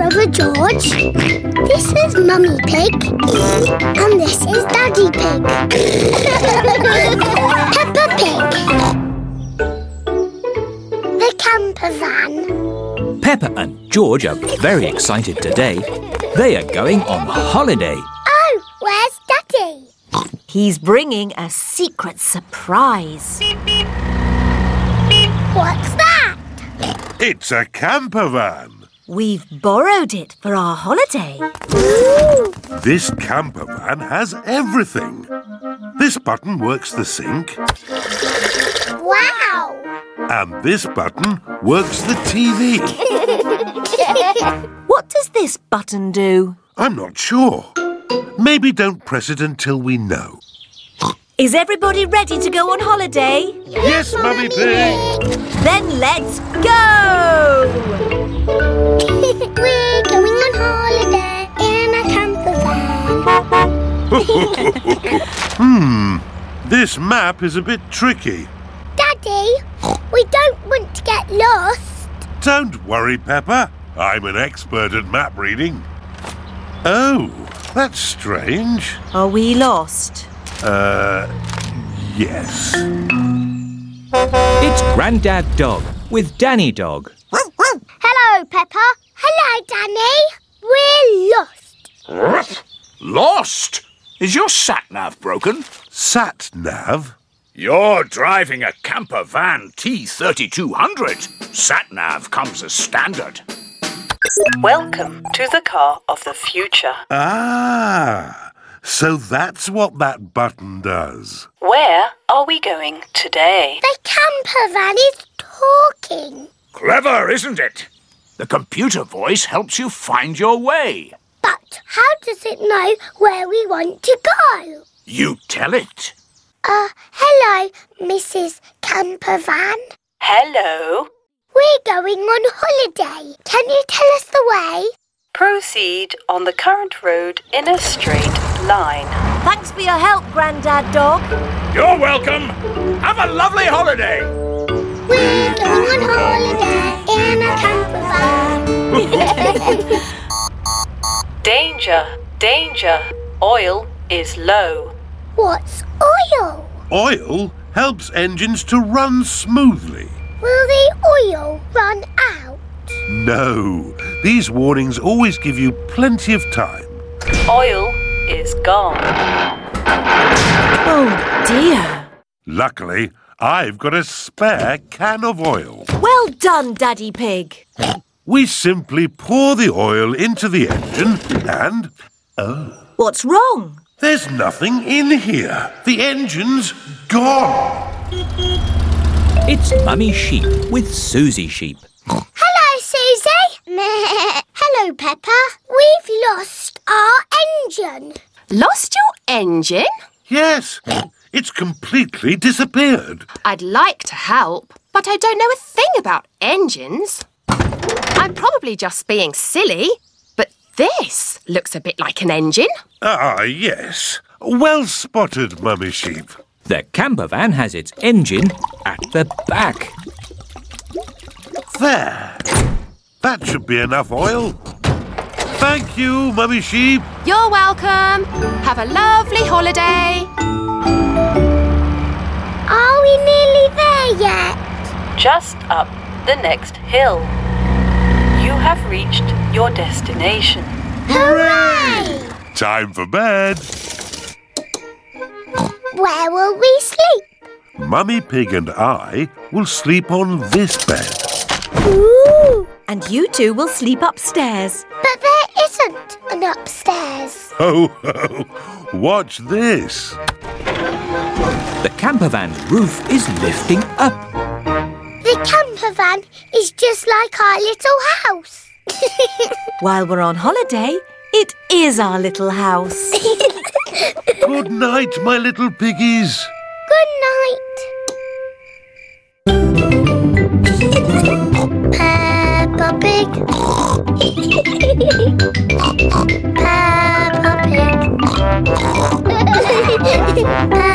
Brother George. This is Mummy Pig. And this is Daddy Pig. Peppa Pig. The camper van. Pepper and George are very excited today. They are going on holiday. Oh, where's Daddy? He's bringing a secret surprise. What's that? It's a camper van. We've borrowed it for our holiday. Ooh, This camper van has everything. This button works the sink, wow. and this button works the TV. What does this button do? I'm not sure. Maybe don't press it until we know. Is everybody ready to go on holiday? Yes, Mummy Pig! Then let's go! We're going on holiday in a camper van. This map is a bit tricky. Daddy, we don't want to get lost. Don't worry, Pepper. I'm an expert at map reading. Oh, that's strange. Are we lost? Uh, yes. It's Grandad Dog with Danny Dog. Hello, Peppa. Hello, Danny. We're lost. Lost? Is your sat nav broken? Sat nav? You're driving a camper van T3200. Sat nav comes as standard. Welcome to the car of the future, Ah, so that's what that button does. where are we going today? The camper van is talking, Clever, isn't it? The computer voice helps you find your way. but how does it know where we want to go? You tell it. Uh, hello, Mrs. Camper Van. Hello. We're going on holiday. Can you tell us the way? Proceed on the current road in a straight line. Thanks for your help, Grandad Dog. You're welcome. Have a lovely holiday. We're going on holiday in a camper van. Danger, danger. Oil is low. What's oil? Oil helps engines to run smoothly. Will the oil run out? No, these warnings always give you plenty of time. Oil is gone. Oh dear. Luckily, I've got a spare can of oil. Well done, Daddy Pig. We simply pour the oil into the engine and What's wrong? there's nothing in here. The engine's gone. It's Mummy Sheep with Susie Sheep. Hello, Susie. Hello, Peppa. We've lost our engine. Lost your engine? Yes, it's completely disappeared. I'd like to help, but I don't know a thing about engines. I'm probably just being silly, but this looks a bit like an engine. Ah, yes. Well spotted, Mummy Sheep. The camper van has its engine at the back. There. That should be enough oil. Thank you, Mummy Sheep. You're welcome. Have a lovely holiday. Are we nearly there yet? Just up the next hill. You have reached your destination. Hooray! Time for bed. Where will we sleep? Mummy Pig and I will sleep on this bed. Ooh, And you two will sleep upstairs. but there isn't an upstairs. Ho, ho. Watch this. The camper van's roof is lifting up. The camper van is just like our little house. While we're on holiday, it is our little house. Good night, my little piggies. Good night. Peppa Pig. Peppa Pig. Peppa